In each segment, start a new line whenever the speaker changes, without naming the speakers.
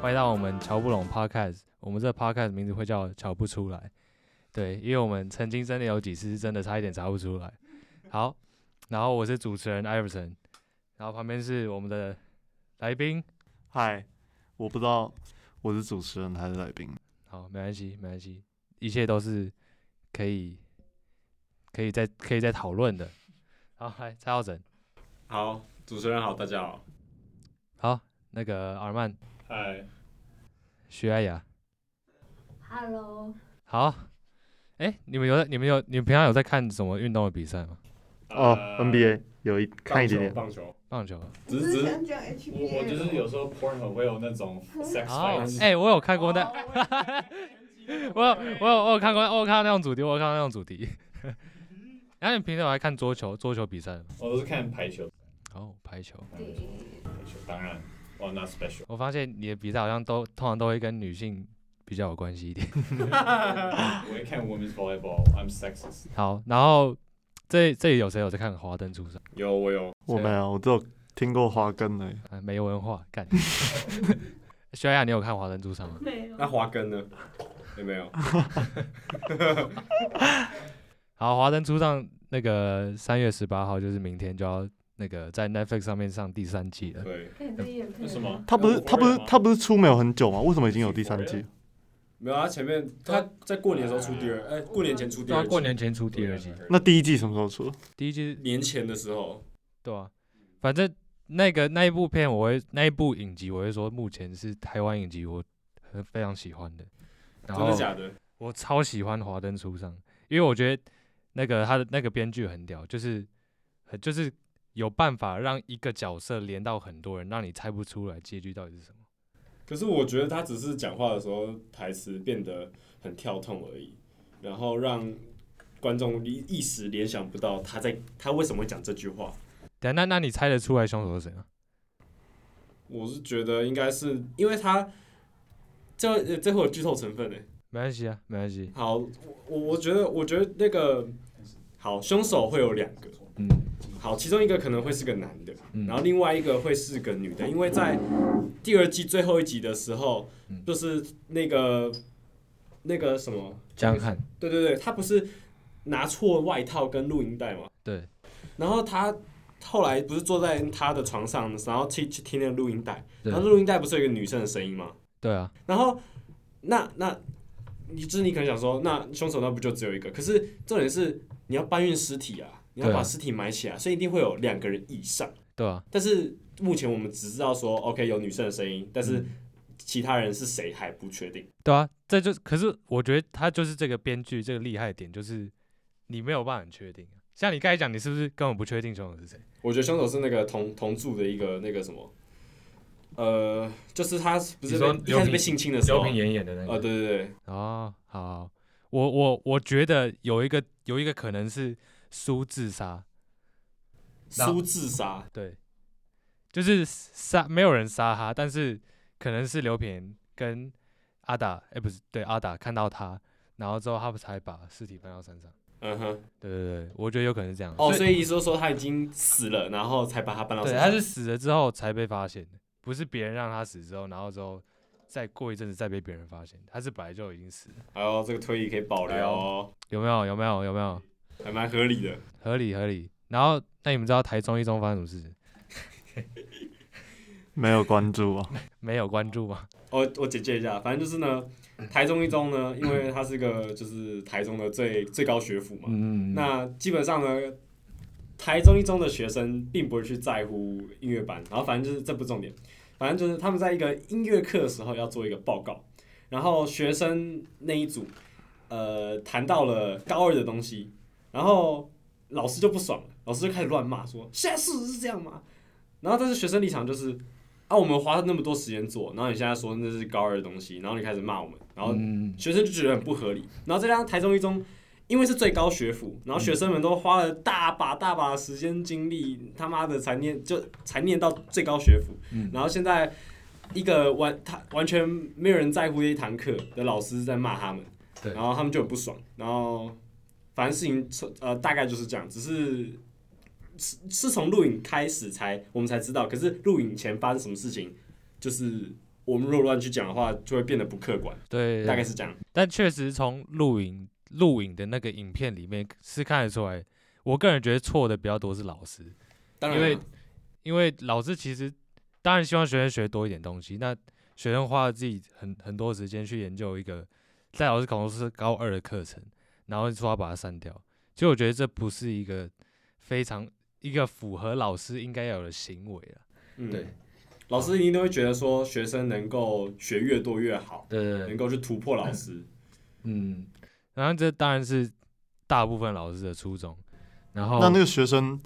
欢迎到我们瞧不懂 Podcast，我们这 Podcast 名字会叫瞧不出来，对，因为我们曾经真的有几次是真的差一点查不出来。好，然后我是主持人 Iverson，然后旁边是我们的来宾，
嗨，我不知道我是主持人还是来宾。
好，没关系，没关系，一切都是可以，可以再可以再讨论的。好，来蔡浩整，
好，主持人好，大家好，
好，那个尔曼
嗨，
徐爱雅，
Hello，
好，哎，你们有在你们有你们平常有在看什么运动的比赛吗？
哦
呃
，NBA 有一看一点点，
棒球，棒球
棒球？啊
只是只是
想讲
我我就是有时候 porn 会有那种 sex
好，
哦
fight，
哎，我有看过那， 我有我有我有看过，我有看到那种主题，我有看到那种主题。 然后你平常有在看桌球桌球比赛吗？
我都是看排球，
哦，排球。
排球，排球当然，哇，那 special，
我发现你的比赛好像都通常都会跟女性比较有关系一点。
我会看 women's volleyball，I'm sexist，
好，然后这这里有谁有在看《华灯初上》
有我有，
我没有，我只有听过花根
哦
而已。
啊？没文化，干。 小雅，你有看《华灯初上》吗？
没有
那华根呢？有没有？
好，《华灯初上》那个三月十八号就是明天就要那个在 Netflix 上面上第三季了。
对，
看这眼配
为什么？
他不是
那我
他不是
foreign 吗
他不是出没有很久吗？为什么已经有第三季？
没有，他前面他在过年的时候出第二，哎、过年前出第
对啊
二，季，
过年前出第二季，
那第一季什么时候出？
第一季是
年前的时候，
对啊，反正那个那一部片，我会那一部影集，我会说目前是台湾影集我很非常喜欢的。然
真
后
的假的？
我超喜欢《华灯初上》，因为我觉得那个他的那个编剧很屌，就是很就是有办法让一个角色连到很多人，让你猜不出来结局到底是什么。
可是我觉得他只是讲话的时候台词变得很跳痛而已，然后让观众一一时联想不到他在他为什么会讲这句话。
等下那那你猜得出来凶手是谁吗？
我是觉得应该是因为他这呃这会有剧透成分呢。欸
没关系啊，没关系。
好，我我我觉得我觉得那个好凶手会有两个，
嗯
好，其中一个可能会是个男的，
嗯
然后另外一个会是个女的，因为在第二季最后一集的时候
嗯，
就是那个那个什么，
江汉，
对对对，他不是拿错外套跟录音带嘛，
对，
然后他后来不是坐在他的床上，然后去去听那个录音带，
对
然后录音带不是有一个女生的声音吗？
对啊，
然后那那，你就是你可能想说，那凶手那不就只有一个？可是重点是你要搬运尸体啊，你要
对啊
把尸体埋起来，所以一定会有两个人以上。
对啊，
但是目前我们只知道说，OK 有女生的声音，但是其他人是谁还不确定。
对啊，这就可是我觉得他就是这个编剧这个厉害的点，就是你没有办法很确定啊。像你刚才讲，你是不是根本不确定凶手是谁？
我觉得凶手是那个同同住的一个那个什么，呃，就是他不
你
是
说
被一开
刘
始
品
被性侵的时候，
妍演的那
呃，对对对，
哦，好，我我我觉得有一个有一个可能是苏自杀，那
苏自杀，
对，就是杀没有人杀他，但是可能是刘品言跟阿达，哎、不是对阿达看到他，然后之后他们才把尸体搬到山上。
嗯哼，
对对对，我觉得有可能是这样。
哦，所以意思说他已经死了，然后才把他搬到
对，
山
他
上
是死了之后才被发现的，不是别人让他死之后，然后之后再过一阵子再被别人发现，他是本来就已经死了，
哎呦，这个推理可以保留哦，
有没有？有没有？有没有？
还蛮合理的。
合理合理。然后，那你们知道台中一中发生什么事？
没有关注啊，
没有关注吗？
哦我我简介一下，反正就是呢，台中一中呢，因为它是个就是台中的最最高学府 嘛，
嗯
那基本上呢，台中一中的学生并不会去在乎音乐班，然后反正就是这不重点，反正就是他们在一个音乐课的时候要做一个报告，然后学生那一组，呃，谈到了高二的东西，然后老师就不爽了，老师就开始乱骂说现在事实是这样吗？然后但是学生立场就是。啊，我们花了那么多时间做，然后你现在说那是高二的东西，然后你开始骂我们，然后
嗯
学生就觉得很不合理。然后再加上台中一中，因为是最高学府，然后学生们都花了大把大把的时间精力，他妈的才念就才念到最高学府，
嗯
然后现在一个完他完全没有人在乎的一堂课的老师在骂他们，
对
然后他们就很不爽，然后反正事情呃大概就是这样，只是。是是从录影开始才我们才知道，可是录影前发生什么事情，就是我们如果乱去讲的话，就会变得不客观，
对，啊
大概是这样。
但确实从录影录影的那个影片里面是看得出来，我个人觉得错的比较多是老师，
当
因
然
为
啊，
因为老师其实当然希望学生学多一点东西，那学生花了自己很很多时间去研究一个在老师口中是高二的课程，然后说要把它删掉，其实我觉得这不是一个非常一个符合老师应该要有的行为啊。
嗯
对，
老师一定都会觉得说学生能够学越多越好，
对对
能够去突破老师。
嗯，然后这当然是大部分老师的初衷，然
哦
后
那那个学生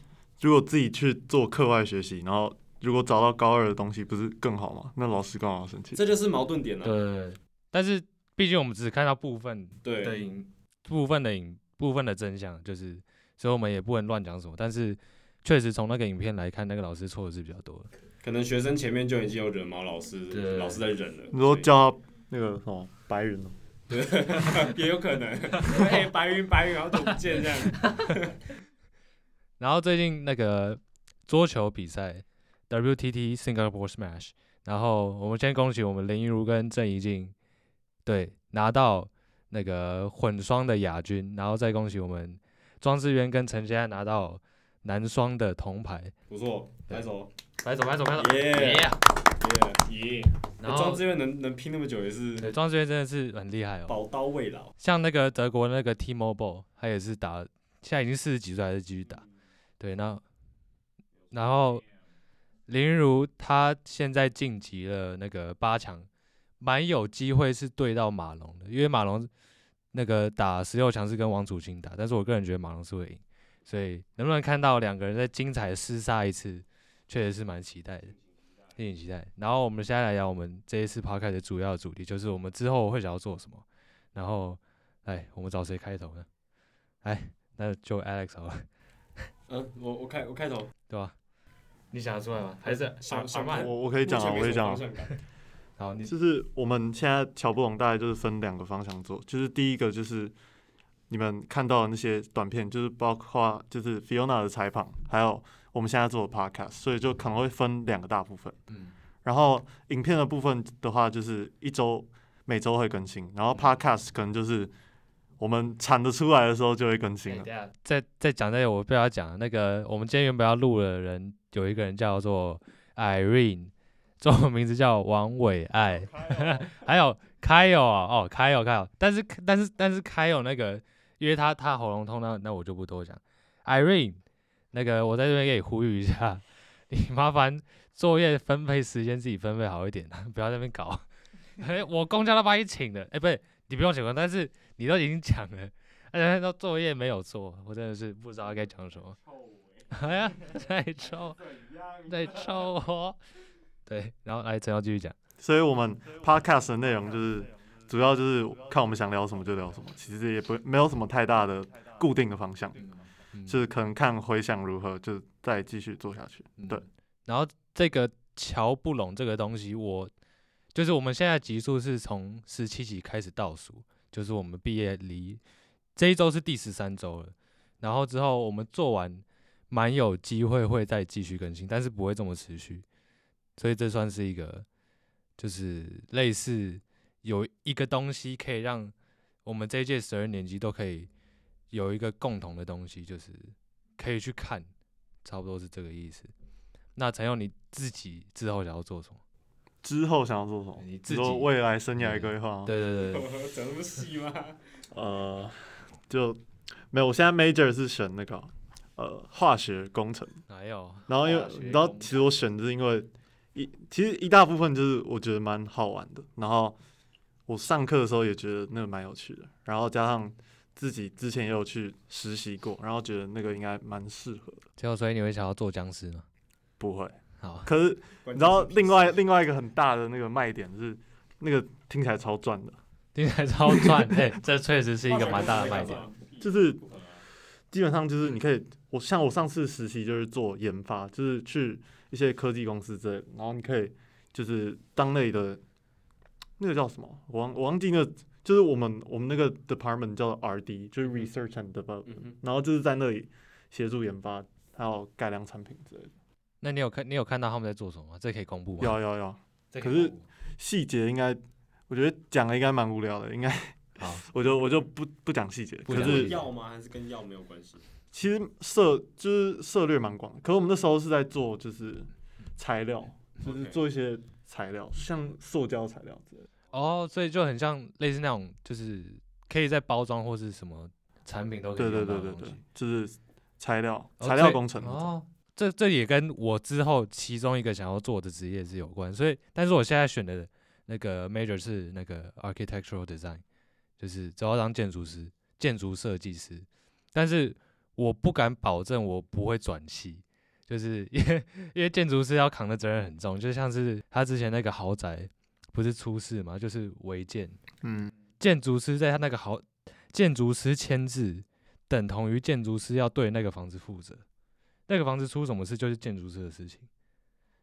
如果自己去做课外学习，然后如果找到高二的东西，不是更好吗？那老师干嘛要生气？
这就是矛盾点啊了、
对，但是毕竟我们只看到部分
对，
的影部分的影部分的真相，就是所以我们也不能乱讲什么。但是确实从那个影片来看，那个老师错的是比较多的。
可能学生前面就已经有惹毛老
对
师，老师在忍了。
你说
所以
叫他那个什么白人哦，
也有 可能，哎、白云白云，然后都不见这样。
然后最近那个桌球比赛 WTT Singapore Smash，然后我们先恭喜我们林一如跟郑怡静，对，拿到那个混双的亚军，然后再恭喜我们庄智渊跟陈佳拿到男双的铜牌。
不错，拍手，
拍手拍手拍手！
耶耶！
耶，
哎然
哎庄
后
志渊能能拼那么久也是
对庄智渊真的是很厉害哦。
宝刀未老。
像那个德国那个 T-Mobile，他也是打，现在已经四十几岁还是继续打。对，那然后林如他现在晋级了那个八强，蛮有机会是对到马龙的，因为马龙那个打十六强是跟王祖钦打，但是我个人觉得马龙是会赢，所以能不能看到两个人在精彩的厮杀一次，确实是蛮期待的。敬请期待。然后我们现在来聊我们这一次 p o 的主要主题，就是我们之后会想要做什么。然后，哎，我们找谁开头呢？哎，那就 Alex 好了，
嗯，我我开我开头，
对吧？你想得出来吗？还是
想想
慢
看
我我可以讲啊，我可以讲啊。
啊。
好，你
就是我们现在乔布隆大概就是分两个方向做，就是第一个就是你们看到的那些短片，就是包括就是 Fiona 的采访，还有我们现在做的 podcast，所以就可能会分两个大部分。
嗯
然后影片的部分的话，就是一周每周会更新，然后 podcast 可能就是我们产得出来的时候就会更
哎
新了。
再再讲这些，我不要讲了那个，我们今天原本要录的人有一个人叫做 Irene，中文名字叫王伟爱， 还有 Kyle 啊，哦 Kyle Kyle，但是但是但是 Kyle 那个，因为他他喉咙痛，那那我就不多讲。Irene，那个我在这边给你呼吁一下， 你麻烦作业分配时间自己分配好一点， 不要在那边搞。哎，我公交都把你请了，哎，不是你不用请我，但是你都已经讲了。而且他到哎作业没有做，我真的是不知道该讲什么。哎呀，在抽，在抽我。 对，然后来陈要继续讲。
所以我们 podcast 的内容就是主要就是看我们想聊什么就聊什么，其实也不没有什么太大的固定的方向。
嗯
就是可能看回想如何，就再继续做下去。对
嗯然后这个乔布拢这个东西我，就是我们现在集数是从十七集开始倒数，就是我们毕业离这一周是第十三周了。然后之后我们做完，蛮有机会会再继续更新，但是不会这么持续。所以这算是一个，就是类似有一个东西可以让我们这一届十二年级都可以有一个共同的东西，就是可以去看，差不多是这个意思。那陈佑，你自己之后想要做什么？
之后想要做什么？
你自
哦你
己嗯
说未来生涯规划吗？
对对 对，
讲那么细吗？
呃，就没有。我现在 major 是选那个呃化学工程，
哪有？
然后因为
化学
你知道
工，程
其实我选的是因为一其实一大部分就是我觉得蛮好玩的，然后我上课的时候也觉得那个蛮有趣的，然后加上自己之前也有去实习过，然后觉得那个应该蛮适合的。
最后，所以你会想要做僵尸吗？
不会，
好，
可是
关
你知
键
道
是
另外另外一个很大的那个卖点是，那个听起来超赚的，
听起来超赚， 哎，这确实是一个蛮大的卖点。。
就是基本上就是你可以，我像我上次实习就是做研发，就是去一些科技公司之类的，然后你可以就是当那里的那个叫什么，我忘我忘记那个就是我们我们那个 department 叫 RD，就是 research and develop，
嗯哼，
然后就是在那里协助研发，还有改良产品之类的。
那你有看你有看到他们在做什么吗？这可以公布吗？
有有有，啊
再
可
给
是
我
细节应该，我觉得讲的应该蛮无聊的，应该
好，
我就我就不不讲细节。
不
可
讲细
是
节
药吗？还是跟药没有关系？
其实涉就是涉略蛮广的，可是我们那时候是在做就是材料，就是做一些材料，像塑胶材料之类的。
哦，所以就很像类似那种，就是可以在包装或是什么产品都可
对
以
对
用到
对
的
对
东西。
对，就是材料
哦
材料
这
工程那种。
哦，这这也跟我之后其中一个想要做的职业是有关，所以但是我现在选的那个 major 是那个 architectural design，就是只要当建筑师、建筑设计师，但是我不敢保证我不会转系。就是 因为因为建筑师要扛的责任很重，就像是他之前那个豪宅不是出事嘛，就是违建，
嗯，
建筑师在他那个豪建筑师签字，等同于建筑师要对那个房子负责。那个房子出什么事就是建筑师的事情。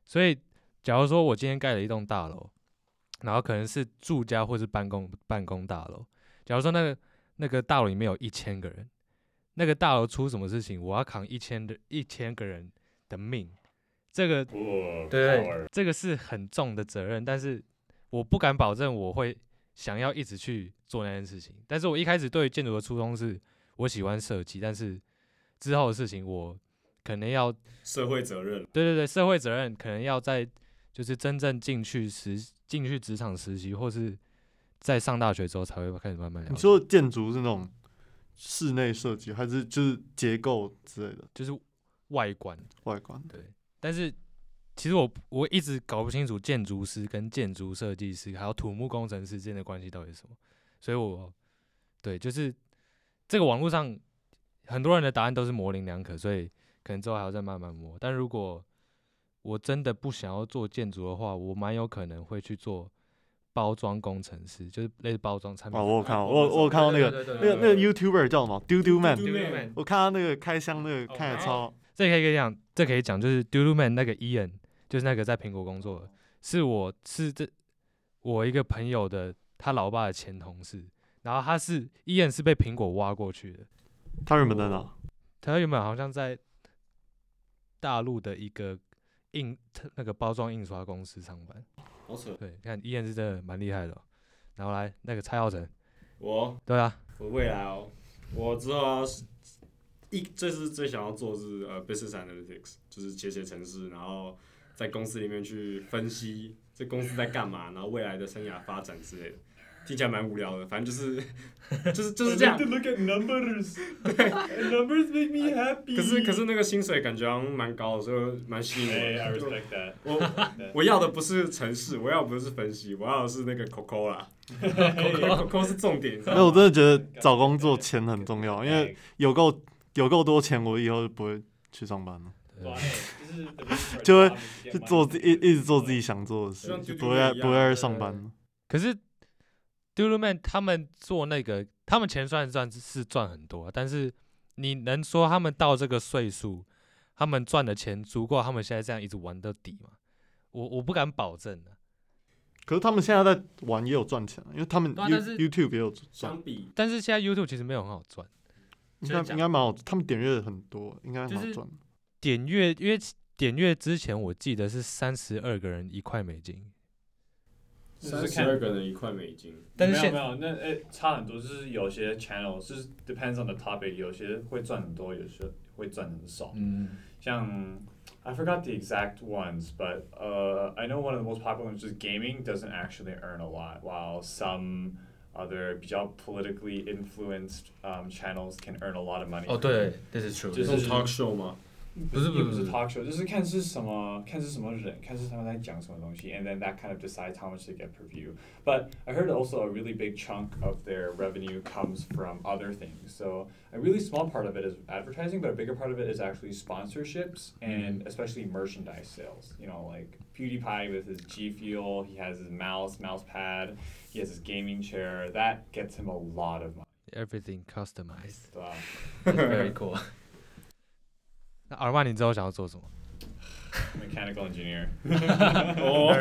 所以，假如说我今天盖了一栋大楼，然后可能是住家或是办公办公大楼，假如说那个那个大楼里面有一千个人，那个大楼出什么事情，我要扛一千的一千个人的命，这个
对
这个是很重的责任，但是我不敢保证我会想要一直去做那件事情。但是我一开始对建筑的初衷是我喜欢设计，但是之后的事情我可能要，对
社会责任，
对对，社会责任可能要在就是真正进去实进去职场实习，或是在上大学之后才会开始慢慢了
你
解。
说建筑是那种室内设计，还是就是结构之类的
就是外观，
外观？
对，但是其实我不我一直搞不清楚建筑师跟建筑设计师还有土木工程师之间的关系到底是什么，所以我对就是这个网络上很多人的答案都是模棱两可，所以可能之后还要再慢慢摸。但如果我真的不想要做建筑的话，我蛮有可能会去做包装工程师，就是类似包装产品。
哦，我有看到，我有我有看到那个
嗯
对对
那
对
个
对
那个 YouTuber 叫什么丢丢 Man，
丢
Dude
面
Man
我看他那个开箱那个
哦
看起来超
这可以跟你讲，这可以讲，就是 d u d u Man 那个 Ian，就是那个在苹果工作的，是我是这我一个朋友的他老爸的前同事，然后他是 Ian 是被苹果挖过去的，
他原本在哪？
他原本好像在大陆的一个印那个包装印刷公司上班，
好扯。
对，看 Ian 是真的蛮厉害的哦、然后来那个蔡浩辰，
我
对啊，
我未来哦，我之后要是一最是最想要做的是呃 business analytics，就是写写程式，然后在公司里面去分析这公司在干嘛，然后未来的生涯发展之类的。听起来蛮无聊的，反正就是 就是就是这样。
Look at numbers. numbers make me happy.
可是可是那个薪水感觉好像蛮高的，所以蛮吸引我
Hey, I
的。就
respect that.
我我要的不是城市，我要的不是分析，我要的是那个 Coco 啦，Coco 是重点。你知道
没
吗
有，我真的觉得找工作钱很重要，因为有够有够多钱，我以后就不会去上班了，
哇
对
哎就是
就会就做自一一直做自己想做的
就
事，
像
就
Dude
不会再
Man 一
不
样
会再
对
上
对
班
对
了。
可是 d u d u Man 他们做那个，他们钱算算是赚很多啊，但是你能说他们到这个岁数，他们赚的钱足够他们现在这样一直玩到底吗？我我不敢保证啊。
可是他们现在在玩也有赚钱啊，因为他们
对啊
You
但是
YouTube 也有赚，
相比
但是现在 YouTube 其实没有很好赚，
应
真
该
的
应
假
该蛮好，他们点阅很多，应该蛮
就
好
是
赚的。
点阅因为点阅之前我记得是三十二个人一块美金，
三十二个人一块美金，
但是
没有
现
没有，那哎、差很多，就是有些 channel 就是 depends on the topic，有些会赚很多，有些会赚很少。
嗯，
像 I forgot the exact ones, but uh, I know one of the most popular ones is gaming doesn't actually earn a lot, while some other 比较 politically influenced um, channels can earn a lot of money.
哦，对，this is true，
就
这
是
种 talk show 吗？
不是
不是
不是
不是
talk show，就是看是什么看是什么人，看是他们在讲什么东西，and then that kind of decides how much they get per view. But I heard also a really big chunk of their revenue comes from other things. So a really small part of it is advertising, but a bigger part of it is actually sponsorships and especially merchandise sales. You know, like PewDiePie with his G Fuel, he has his mouse, mouse pad, he has his gaming chair. That gets him a lot of money.
everything customized。
So,
，very cool。
那耳曼，你之后想要做什么？
mechanical engineer.
哦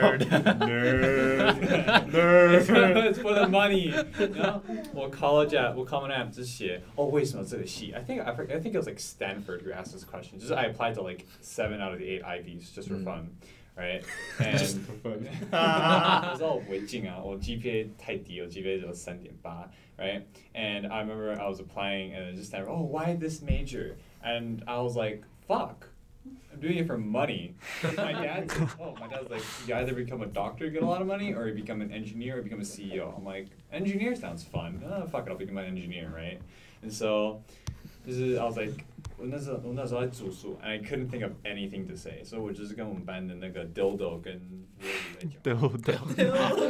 It's for the money. No, well, college at well, coming at this shit. Oh, wait, so it's a she. I think I, forg- I think it was like Stanford who asked this question. Just I applied to like seven out of the eight IVs just for
Mm.
fun, right? And 我知道我不会进啊，我 GPA 太低，我 GPA 只有三点八，right? And I remember I was applying and I just said, oh, why this major? And I was like, fuck. I'm doing it for money. my dad's like, oh, my dad's like, you either become a doctor, get a lot of money, or you become an engineer, or become a CEO. I'm like, engineer sounds fun. Oh, fuck it, I'll become an engineer, right? And so, this is, I was like, 我那时候我那时候在住宿 and I couldn't think of anything to say, so 我就是跟我们班的那个 dildo 跟 Rosie 在讲。
对我对，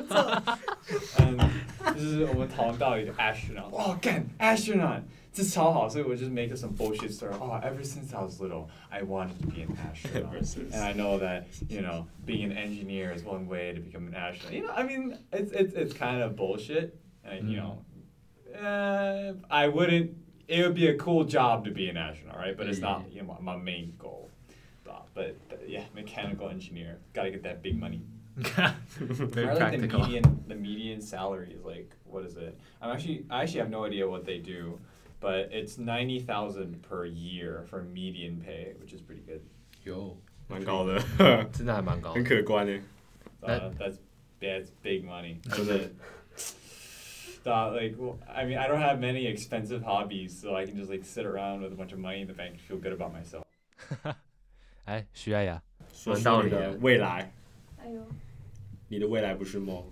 嗯，就是我们讨论到一个 astronaut，哇，干 astronaut，这超好，所以我就是 make some bullshit story。哦，ever since I was little, I wanted to be an astronaut, and I know that you know being an engineer is one way to become an astronaut. You know, I mean, it's it's it's kind of bullshit, and you know, uh, I wouldn't. It would be a cool job to be an astronaut, right? But it's not you know my my main goal. But, but yeah, mechanical engineer, gotta get that big money.
Very
I like
practical.
The median, the median salary is like what is it? I'm actually I actually have no idea what they do, but it's ninety thousand per year for median pay, which is pretty good.
有，
蛮高的，
真的还蛮高
很
的。
可观诶。
Uh,
That-
that's that's big money. That's
Okay.
it. Uh, like well, I mean I don't have many expensive hobbies, so I can just like sit around with a bunch of money in the bank and feel good about myself.
哎，徐爱雅，
说出你的未来，
哎呦，
你的未来不是梦。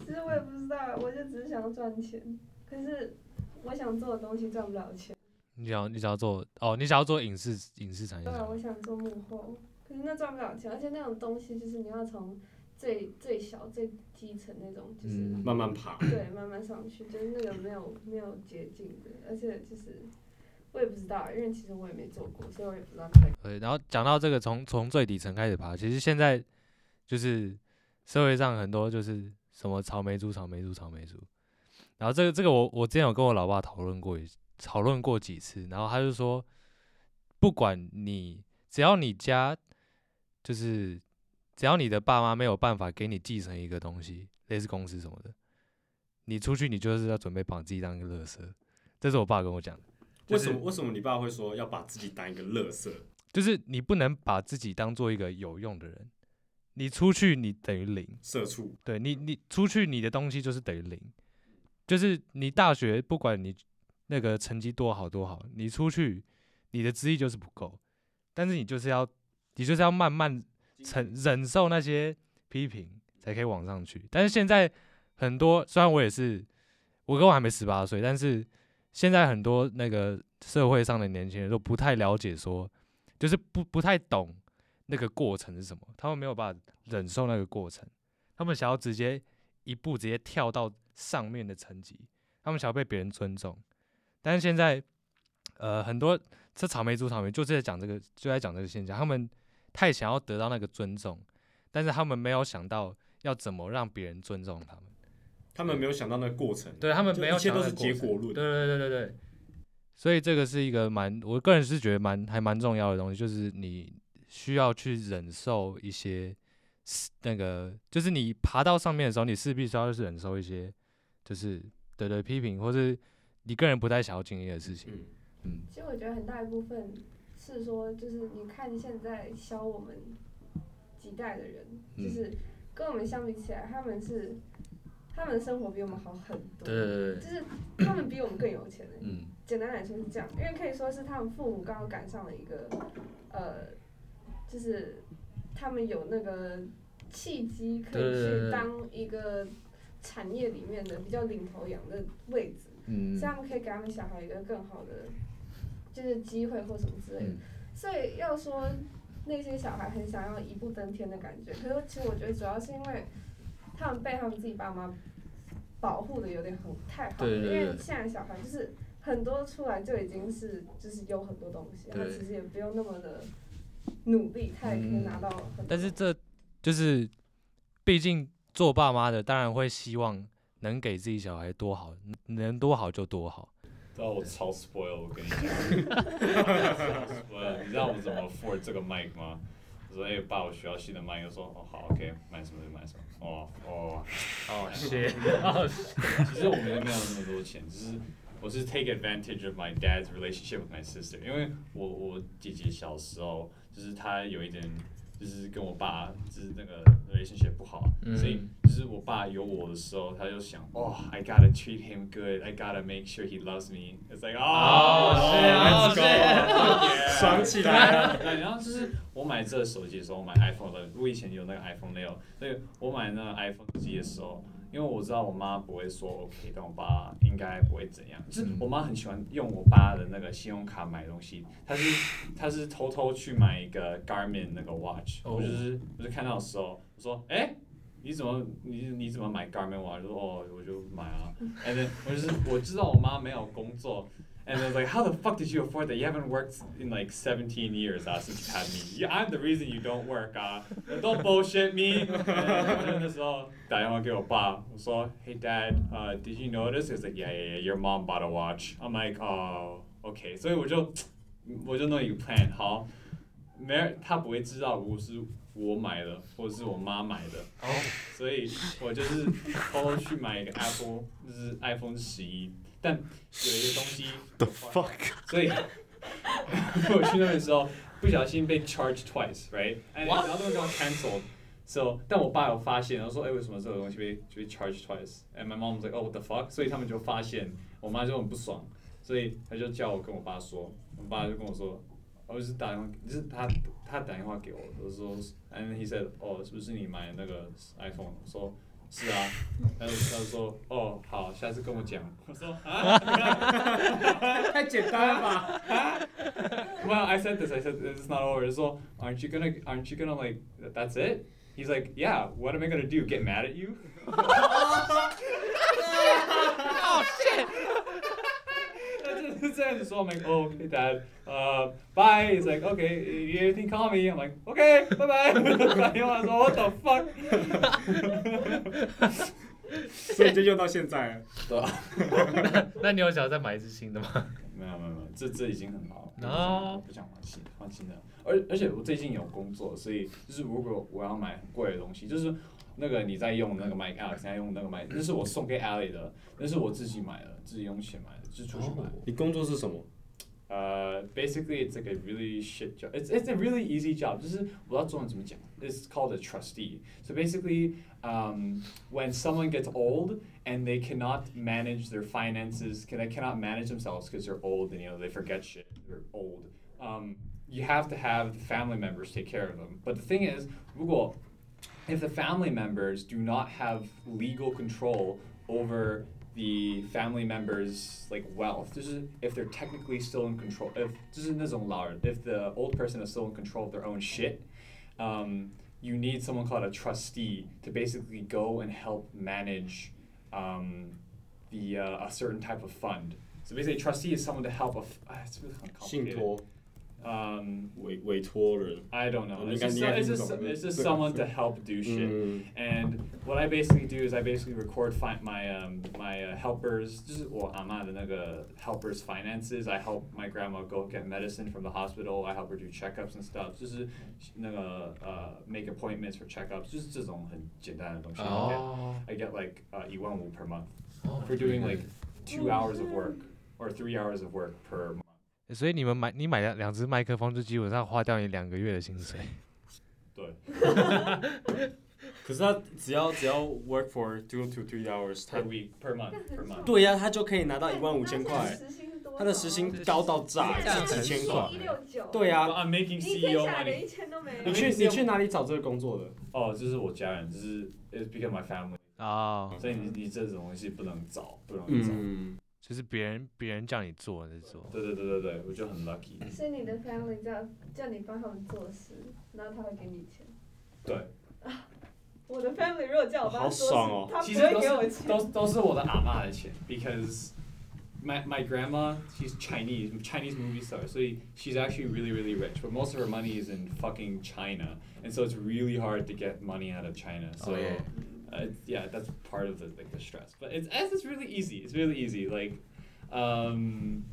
其实我也不知道，我就只是想要赚钱，可是我想做的东西赚不了钱。
你想你想要做哦，你想要做影视影视产业
对啊，我
吗，
想做幕后，可是那赚不了钱，而且那种东西就是你要从最最小最基层那种，就是、
嗯
慢慢爬，
对慢慢上去，就是那个没有没有捷径的，而且就是我也不知道，因为其实我也没做过，所以我也不知道那个。
对，然后讲到这个从从最底层开始爬，其实现在就是社会上很多就是什么草莓族、草莓族、草莓族，然后这个这个我我之前有跟我老爸讨论过一讨论过几次，然后他就说，不管你只要你家就是只要你的爸妈没有办法给你继承一个东西，类似公司什么的，你出去你就是要准备把自己当一个垃圾，这是我爸跟我讲的。就
为
是
什么？为什么你爸会说要把自己当一个乐色？
就是你不能把自己当做一个有用的人，你出去你等于零，
社畜
对你你出去你的东西就是等于零，就是你大学不管你那个成绩多好多好，你出去你的资历就是不够，但是你就是要你就是要慢慢承忍受那些批评才可以往上去。但是现在很多虽然我也是我跟我还没十八岁，但是现在很多那个社会上的年轻人都不太了解说。就是不不太懂那个过程是什么，他们没有办法忍受那个过程，他们想要直接一步直接跳到上面的层级，他们想要被别人尊重。但是现在，呃，很多这草莓族草莓就是在讲这个，就在讲这个现象，他们太想要得到那个尊重，但是他们没有想到要怎么让别人尊重他们。
他们没有想到那个过程，
对他们
就
没有
一切
想
都
到
是
那个
结
过程
果论。
对对对对对。所以这个是一个蛮，我个人是觉得蛮还蛮重要的东西，就是你需要去忍受一些是那个，就是你爬到上面的时候，你势必需要去忍受一些，就是对对批评，或是你个人不太想要经历的事情。
嗯，
其实我觉得很大一部分是说，就是你看现在小我们几代的人，
嗯
就是跟我们相比起来，他们是他们的生活比我们好很多，
对对对
就
对，
是他们比我们更有钱、欸。
嗯，
简单来说是这样，因为可以说是他们父母刚好赶上了一个，呃，就是他们有那个契机可
对
以
对对对
去当一个产业里面的比较领头羊的位置。
嗯
这样可以给他们小孩一个更好的就是机会或什么之类的。
嗯
所以要说那些小孩很想要一步登天的感觉，可是其实我觉得主要是因为他们被他们自己爸妈保护的有点很太好了，
对对对
因为现在小孩就是很多出来就已经是就是有很多东西，他
对
其实也不用那么的努力，他也可以拿到很多。
但是这就是，毕竟做爸妈的当然会希望能给自己小孩多好，能多好就多好。
哦知道我超 spoil 我跟你讲，超 spoil，你知道我怎么 afford 这个 mic 吗？我说，哎、欸，爸，我需要新的 mic。我说，哦，好，OK，买什么就买什么。哦，哦，
哦，谢，
其实我没有没有那么多钱，只是我是 take advantage of my dad's relationship with my sister，因为我我姐姐小时候就是她有一点就是跟我爸就是那个 relationship 不好，所以就是我爸有我的时候，他就想，哦、i gotta treat him good, I gotta make sure he loves me. It's like, oh,
Oh, shit,
let's
oh,
go.
shit.
爽起来 了
对，然后就是我买这个手机的时候，我买 iPhone 的，我以前有那个 iPhone 六，所以我买那个 iPhone 手机的时候，因为我知道我妈不会说 OK，但我爸应该不会怎样。就是我妈很喜欢用我爸的那个信用卡买东西，她是她是偷偷去买一个 Garmin 那个 watch，、
哦
我就是我就看到的时候，我说哎。你怎么你你怎么买 Garmin？我就说哦，我就买啊。And then 我就是我知道我妈没有工作，And I was like, how the fuck did you afford that? You haven't worked in like 17 years ah, since you had me. You, I'm the reason you don't work ah. Don't bullshit me. And 那时候打电话给我爸，我说 Hey Dad, uh, did you notice? He's like, Yeah, yeah, yeah. Your mom bought a watch. I'm like, oh, okay. 所以我就我就弄一个 plan 好。没人，他不会知道我是我买的，或者是我妈买的。哦，所以我就是偷偷去买一个 Apple，就是 iPhone 十一，但有一个东西
The fuck？
所以 我去那边的时候，不小心被 charged twice，right？哎，然后那个 cancel。So，但我爸有发现，然后说，哎，为什么这个东西被就被 charged twice？And my mom was like, oh, what the fuck？所以他们就发现，我妈就很不爽，所以她就叫我跟我爸说，我爸就跟我说，我就是打电话，就是他他打电话给我，我说，and he said，哦，是不是你买那个 iPhone？我说。是啊， 他就他就说，哦，好，下次跟我讲。我说啊，
太简单了吧？
well, I said this. I said this is not over. So, aren't you gonna, aren't you gonna like, that's it? He's like, yeah. What am I gonna do? Get mad at you? oh shit! so I'm like, oh, okay, dad. Uh, bye. He's like, okay. If you need anything, call me. I'm like, okay, bye bye. what the fuck?
所以就用到现在了。
那 那你有想要再买一只新的吗？
没有没有没有，这这已经很好了。
哦
我不想换新的，换新的。而而且我最近有工作，所以就是如果我要买很贵的东西，就是那个你在用那个 Mike Alex 在用那个 Mike，那是我送给 Ali 的，那是我自己买的，自己用钱买的，就是出去买的。
你工作是什么？
Uh, basically, it's like a really shit job. It's it's a really easy job. This is well, that's It's called a trustee. So basically, um, when someone gets old and they cannot manage their finances, can they cannot manage themselves because they're old and you know they forget shit. They're old. Um, you have to have the family members take care of them. But the thing is, Google if the family members do not have legal control over the family members like wealth this is if they're technically still in control if this is doesn't allow it, if the old person is still in control of their own shit um, you need someone called a trustee to basically go and help manage um, the uh, a certain type of fund so basically a trustee is someone to help a f- ah, it's really
信
complicated
托、
um,
委委托人。
I don't know.
Oh,
It's
you
just,
got-
it's
you
just,
got-
it's just someone to help do shit.
Mm.
And what I basically do is I basically record fi- my um, my uh, helpers, just well, I'm out of the helpers' finances. I help my grandma go get medicine from the hospital. I help her do checkups and stuff. Just uh, make appointments for checkups. Just just
Oh.
I get like uh, 1,000 per month 哦 for doing like two hours of work or three hours of work per month.
所以你们买你买了两只麦克风，就基本上花掉你两个月的薪水。
可是他只要只要 work for two to three hours，他
Per week, per month, per month.
对呀、他就可以拿到一万五千
那他的
块，
时薪是多少啊
他的时薪高到炸，
这样
是
很
几千
爽
块。
一六九，
对啊呀、
But I'm
你一
making
天
CEO
下来
money.
连一千都没有
你。去你去哪里找这个工作的？
哦，这是我家人，这是 it's because my family，
哦，
所以你你这种东西不能找，不容易找。
嗯，
就是别人别人叫你做你就做。
对对对对对，我就很 lucky。
是你的 family 叫叫你帮他们做事，然后他会给你钱。
对。
我的 family 如果叫我帮他做事，
好爽哦
他不
其实
会
都
给我
是
钱。
都都是我的阿妈的钱，because my my grandma she's Chinese Chinese movie star，所以 she's actually really really rich, but most of her money is in fucking China, and so it's really hard to get money out of China. So
Oh, yeah.
uh, yeah, that's part of the like the stress. But it's as it's really easy. It's really easy. Like, um,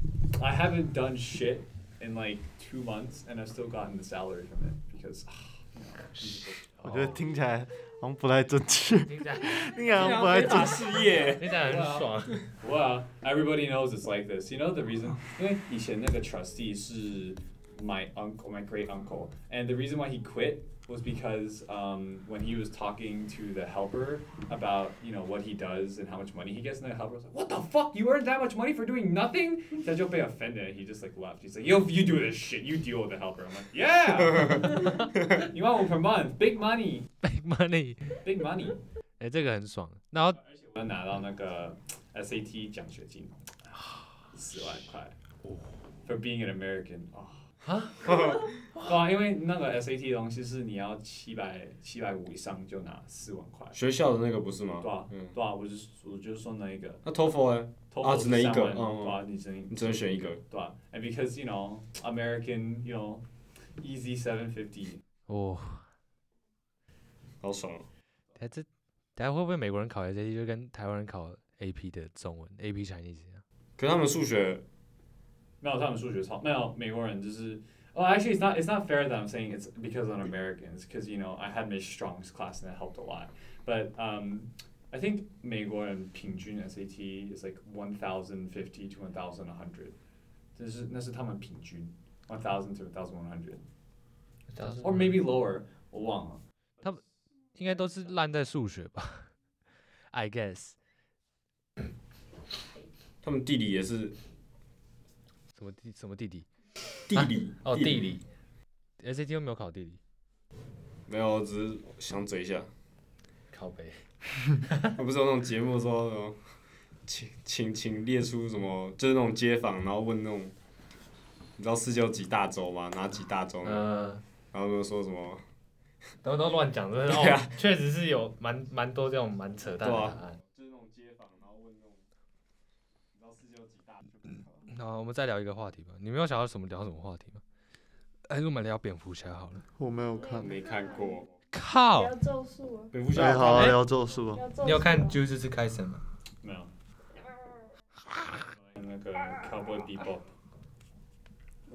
I haven't done shit in like two months, and I've still gotten the salary from it because. you know, it's just-
我觉得听起来好像不太正确，
听起来
听起来好像不太正
打
确。
事业，
听起来很爽。
Well, everybody knows it's like this. You know the reason? 因为以前那个 trustee 是 my uncle, my great uncle, and the reason why he quit was because um, when he was talking to the helper about you know what he does and how much money he gets, and the helper was like, "What the fuck? You earned that much money for doing nothing?" Tejope offended, and he just like left. He's like, "Yo, you do this shit. You deal with the helper." I'm like, "Yeah, you want one per month? Big money,
Big money，
big money."
哎、这个很爽。然后
我拿到那个 SAT 奖学金，四万块。For being an American，哦，
啊，
对啊，因为那个 SAT 的东西是你要七百七百五以上就拿四万块，
学校的那个不是吗？
对啊，
嗯，
对啊，我就是我就是说那一个，
那 TOEFL 呢？
偷
啊只能一个嗯嗯
对啊，你只能
你只能选一个，
对啊，and because you know American you know easy seven fifty，
哦，
好爽哦。
哎这等下会不会美国人考 SAT 就跟台湾人考 AP 的中文 AP Chinese 一样？
可是他们数学
没有他们数学超没有美国人就是。Well, actually, it's not. It's not fair that I'm saying it's because I'm Americans, because you know I had my strongest class and that helped a lot. But um, I think 美国人平均 SAT is like one thousand fifty to one thousand one hundred，这是那是他们平均 one thousand to one thousand one hundred。or maybe lower. 我忘了。
应该都是烂在数学吧？I guess
他们地理也是
什么弟什么弟弟
地理
哦地理，
SAT 又没有考地理，
没有，我只是想嘴一下。
靠背，
我不是有那种节目说什么，请请请列出什么，就是那种街访，然后问那种，你知道世界有几大洲吗？哪几大洲？
嗯，
然后就说什么，
都都乱讲， 真的
对啊
哦，确实是有蛮蛮多这种蛮扯淡的
对啊
答案。
就是那种街访，然后问那种，你知道世界有几大洲？
好，我们再聊一个话题吧。你没有想到什么聊什么话题吗？还哎是我们聊蝙蝠侠好了。
我没有看。
没看过。
靠
聊，咒术啊，
蝙蝠
哎，
侠
好啊，
哎
聊咒术吧。
聊咒术啊。
你有看《Jujutsu Kaisen》吗？
没有。那个 Cowboy Bebop。Oh,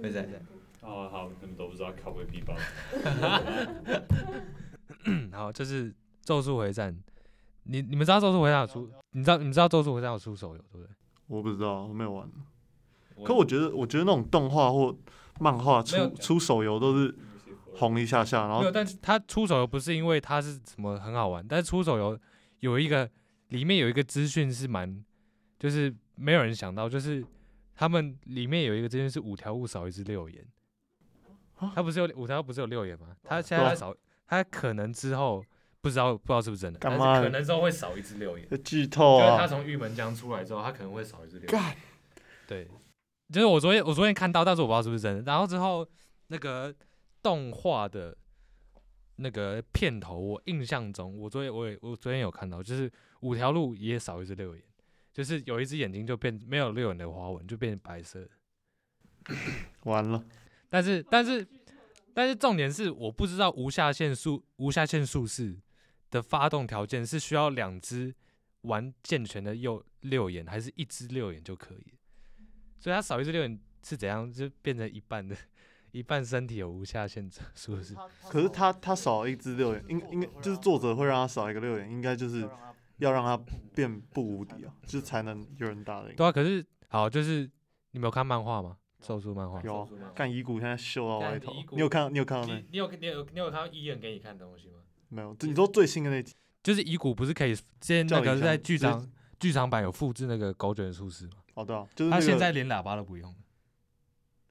会在在。
哦，好，你们都不知道 Cowboy Bebop。
嗯，好，就是《咒术回战》你，你们知道《咒术回战》有出，你知道你们知道《咒术回战》有出手游对不对？
我不知道，我没有玩。
我
可我觉得，我觉得那种动画或漫画
没有
出出手游都是红一下下，然
没
后
有，但是它出手游不是因为它是什么很好玩，但是出手游有一个里面有一个资讯是蛮，就是没有人想到，就是他们里面有一个资讯是五条悟少一只六眼，他不是有五条悟不是有六眼吗？他现在
啊对啊
少，他可能之后不知道不知道是不是真的，
干
但是
嘛
可能之后会少一只六眼，
要剧
哦
透
就是他
啊？
从玉门江出来之后，他可能会少一只六眼。
干，
对，就是我昨天我昨天看到，但是我不知道是不是真的。然后之后那个动画的那个片头，我印象中，我昨天我也我昨天有看到，就是五条路也少一只六眼，就是有一只眼睛就变没有六眼的花纹，就变白色的。
完了，
但是但是但是重点是，我不知道无下限术无下限术士的发动条件是需要两只完健全的右六眼，还是一只六眼就可以？所以他少一只六眼是怎样，就变成一半的，一半身体有无下限术士。
可是他他少一只六眼，应应该就是作者会让他少一个六眼，应该就是要让他变不无敌啊，就是才能有人打得赢。
对啊，可是好，就是你没有看漫画吗？咒术漫画
有啊
咒术漫画
干遗骨现在秀到歪头
干遗，骨
你有看你有看到那
你你有你有你有看到伊人给你看的东西吗？
没有？这你说最新的那集
就是遗骨不是可以之前那
叫
个
你
在
想
剧
就是
场剧场版有复制那个狗卷术士吗？
哦，对啊，就是
他
那
现
个
在连喇叭都不用。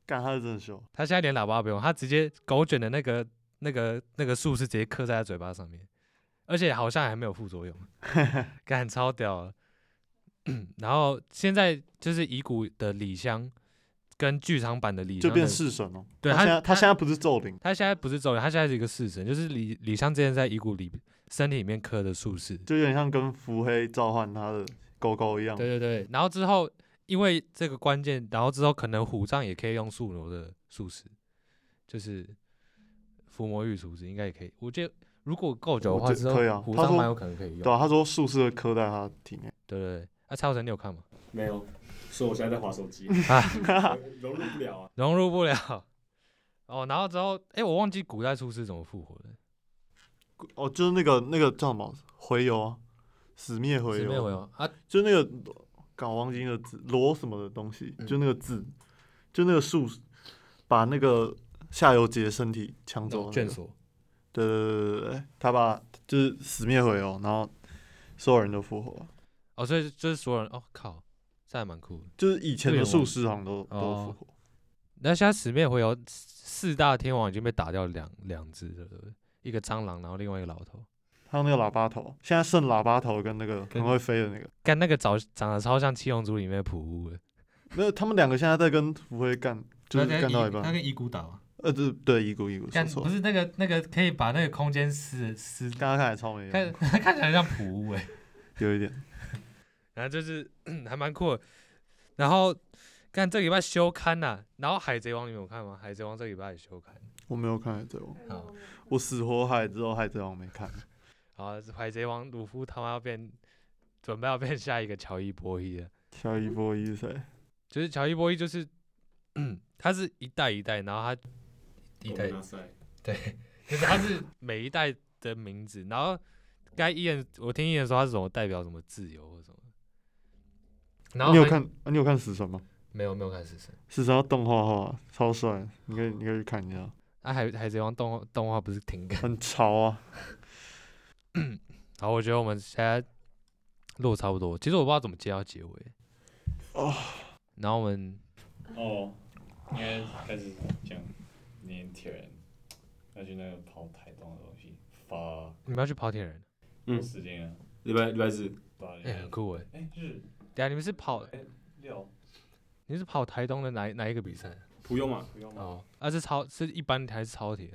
干他是真的秀，
他现在连喇叭都不用，他直接狗卷的那个那个那个树是直接刻在他嘴巴上面，而且好像还没有副 作用，干超屌了。然后现在就是乙骨的李湘跟剧场版的李
就
湘
变
的，
式神哦。
对
他
他
现在他
他
现在不是咒灵，
他现在不是咒人，他现在是一个式神，就是李李湘之前在乙骨里身体里面刻的术士。
就有点像跟伏黑召唤他的狗狗一样。
对对对，然后之后因为这个关键，然后之后可能虎杖也可以用宿傩的术士，就是伏魔御厨师应该也可以。我觉得如果够久的
我
话，
觉
之后
可以啊
虎
他
杖
说
蛮有可能可以用。
对啊，他说术士会刻在他体内。
对对对，啊，蔡浩成你有看吗？ 啊
没有，所以我现在在划手机，融入 不了啊。
融入不了。哦，然后之后，哎，我忘记古代术士怎么复活的，
哦，就是那个那个叫什么回游啊，死灭回
是
游，
没有用啊？
就那个搞王金的字罗什么的东西，就那个字，就那个术把那个下游姐的身体抢走、那个
卷，锁，
对对对对对，他把就是死灭回哦，然后所有人都复活，
哦，所以就是所有人，哦靠，这还蛮酷的。
就是以前
对
的
哦
术师好像都、都复
哦
活。
那现在死灭回游四大天王已经被打掉两两只了，对不对？一个蟑螂，然后另外一个老头。
还有那个喇叭头，现在剩喇叭头跟那个很
跟
会飞的那个，
干那个长长得超像七龙珠里面的普乌的，
没有，他们两个现在在跟福辉干，就是干到一
他
半，
跟遗骨打嘛，
呃，对对，遗骨遗骨，说
啊干
错
不
了，
是那个那个可以把那个空间撕撕，
刚刚看起来超没
看
用，
看 起来像普乌哎，
有一点，
然后就是 还蛮酷的。然后干这礼拜休刊呐、然后海贼王你们有看吗？海贼王这礼拜也休刊。
我没有看海贼王，
好
嗯哦
我死活海之后海贼王没看，
然后啊海贼王鲁夫他妈要变，准备要变下一个乔伊波伊了。
下一波一谁？
就是乔伊波伊就是， 他是一代一代，然后他
一代，
赛
就是他是
每一代的名字，然后该伊人我听伊人说他是什么代表什么自由或什么。然后
你有
还
看？啊你有看死神吗？
没有没有看死神，
死神要动画化，超帅，你可以你可以去看一下，
啊海海贼王动画动画不是停更？
很潮啊，
好，我觉得我们现在录得差不多，其实我不知道怎么接到结尾。
哦。
然后我们
哦，应该开始讲年铁人，要去那个跑台东的东西，发
你们要去跑铁人，
嗯
时间啊，
礼拜礼拜日，
八
哎、很
点，
酷哎。
哎日
等一下你们是跑，
六
你们是跑台东的哪哪一个比赛？
普悠嘛，
不用吗？
哦，啊是超是一般还是超铁？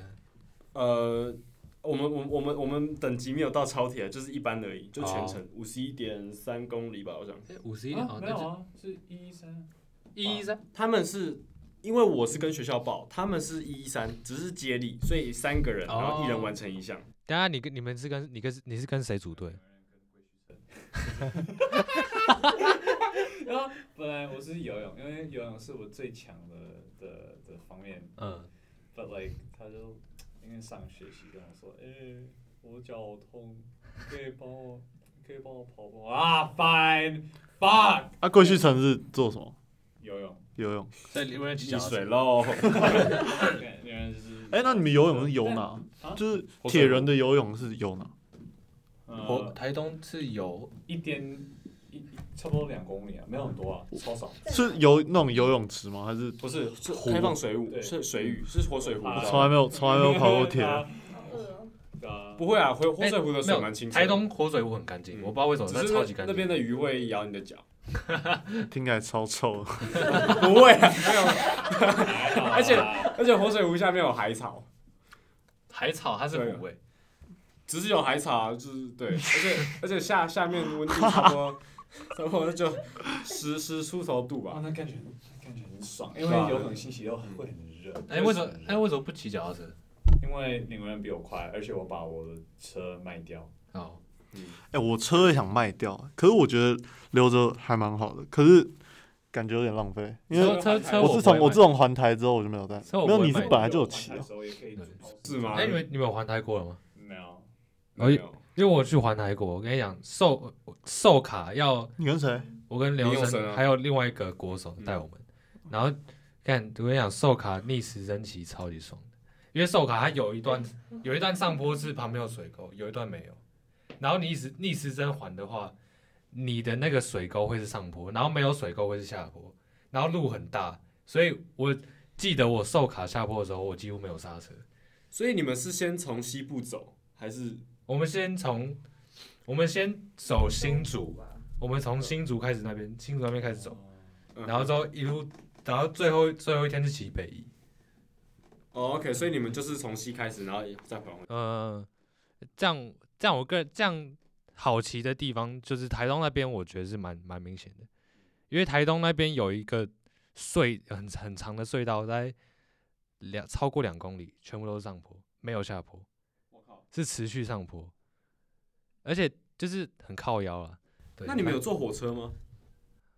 呃，我们我们我们我们等级没有到超铁，就是一般而已，就全
哦
程五十一点三公里吧，我想。
哎
五十一
啊
哦，
没
那
有
就
啊，是一三，
一一三，
他们是因为我是跟学校报，他们是一一三，只是接力，所以三个人，
哦
然后一人完成一项。
等一下你跟你们是跟你跟你是跟谁组队？
然后本来我是游泳，因为游泳是我最强的的的方面
嗯，
，but like 他就因为上学期跟我说，哎、我脚痛，可以帮我，可以帮我跑步啊，fine，fuck，
啊，桂旭城是做什么？
游泳，
游泳？
所以你们
溺水喽！
原来就是，
哎，那你们游泳是游哪
啊？
就是铁人的游泳是游哪？
我
嗯
呃，
台东是有
一点一一差不多两公里啊，没有很多啊，超少，
是游那种游泳池吗？还是
不是，是
湖
开放水舞，
对
是水
嗯
域，是活水湖。
啊
你知道
从
吗
来没有从来没有跑过 铁人？
好饿哦。
啊，
不会啊，活活
哎
水湖的
没
水
有
蛮清澈的。
台东活水湖很干净，
嗯
我不知道为什么，
只
但
是
超级
那
干
那边
净。
的鱼会咬你的脚。
听起来超臭的。
不会啊，没有。而且而且活水湖下面有海草，
海草它是湖
对啊
味，
只是有海草啊，就是对，而且 而且下下面温度差不多 差不多就十十出头度
哇，
吧。
那感觉感觉很爽，因
对
为
啊嗯
游泳星期六会很热，
哎，为什么
很热
哎为什么不骑脚踏车？
因为你们比我快，而且我把我的车卖掉。
哦，
哎、我车也想卖掉，可是我觉得留着还蛮好的，可是感觉有点浪费，因为
车车车
我自
不
从
会
我
买
自从还台之后我就没有带
车，我
没有
不会
你是
买
本来就有骑
的
哦，
时候也可以
对
跑
是吗
哎，你们你们有环台过了吗？
没有，
哎
没有，
因为我去环台过，我跟你讲，售售卡要
你跟谁？
我跟刘
林
永
永
生
生啊嗯
还有另外一个国手带我们，然后看我跟你讲，寿卡逆时针骑超级爽的，因为寿卡它有一段有一段上坡是旁边有水沟，有一段没有，然后你逆时逆时针环的话，你的那个水沟会是上坡，然后没有水沟会是下坡，然后路很大，所以我记得我寿卡下坡的时候，我几乎没有刹车。
所以你们是先从西部走，还是
我们先从我们先走新竹，我们从新竹开始那边，新竹那边开始走。
嗯
然后之后一路，然后最后最后一天是骑北宜。
哦，OK，所以你们就是从西开始，然后再返回。
嗯、这样这样我个人这样好骑的地方就是台东那边，我觉得是蛮蛮明显的，因为台东那边有一个隧很很长的隧道，在两超过两公里，全部都是上坡，没有下坡，是持续上坡，而且就是很靠腰啊。对
那你们有坐火车吗？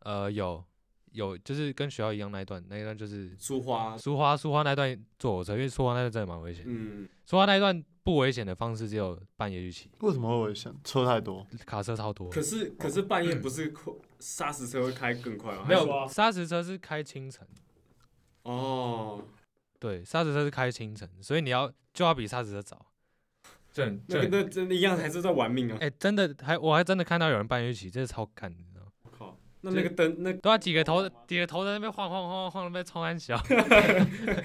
呃有有就是跟学校一样那一段那一段就是
出花，
苏花苏花那段坐火车，因为苏花那段真的蛮危险的。
嗯，
说他那一段不危险的方式只有半夜去骑，
为什么会危险？车 太多，
卡车超多。
可是可是半夜不是快砂石车会开更快吗？
没
还是
有砂石车是开清晨，
哦，
对，砂石车是开清晨，所以你要就要比砂石车早。
就很就
那个
很
那真的一样还是在玩命啊！
哎、真的还我还真的看到有人办乐器，真的超看的，你知道吗？
我靠，那那个灯那
对啊，几个头几个头在那边晃晃晃晃晃，那边冲安小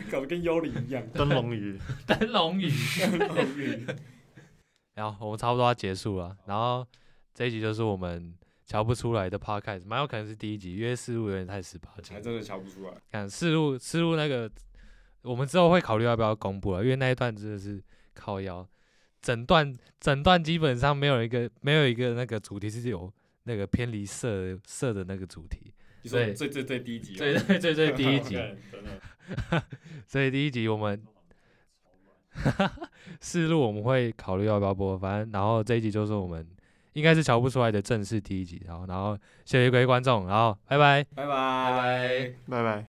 搞得跟幽灵 一样。哦
灯笼鱼，
灯笼雨。
幽灵
然后我们差不多要结束了，然后这一集就是我们瞧不出来的 podcast，蛮有可能是第一集，因为思路有点太十八禁
还。真的瞧不出来。
看思路思路那个，我们之后会考虑要不要公布了，因为那一段真的是靠腰，整段整段基本上没有一个没有一个那个主题是有那个偏离色色的那个主题，
你说
对
最最最低级哦，
对对对对，第一集。
真的
所以第一集我们 四路我们会考虑要不要播，反正然后这一集就是我们应该是瞧不出来的正式第一集，然后然后谢谢各位观众，然后拜拜。
拜拜。
拜拜。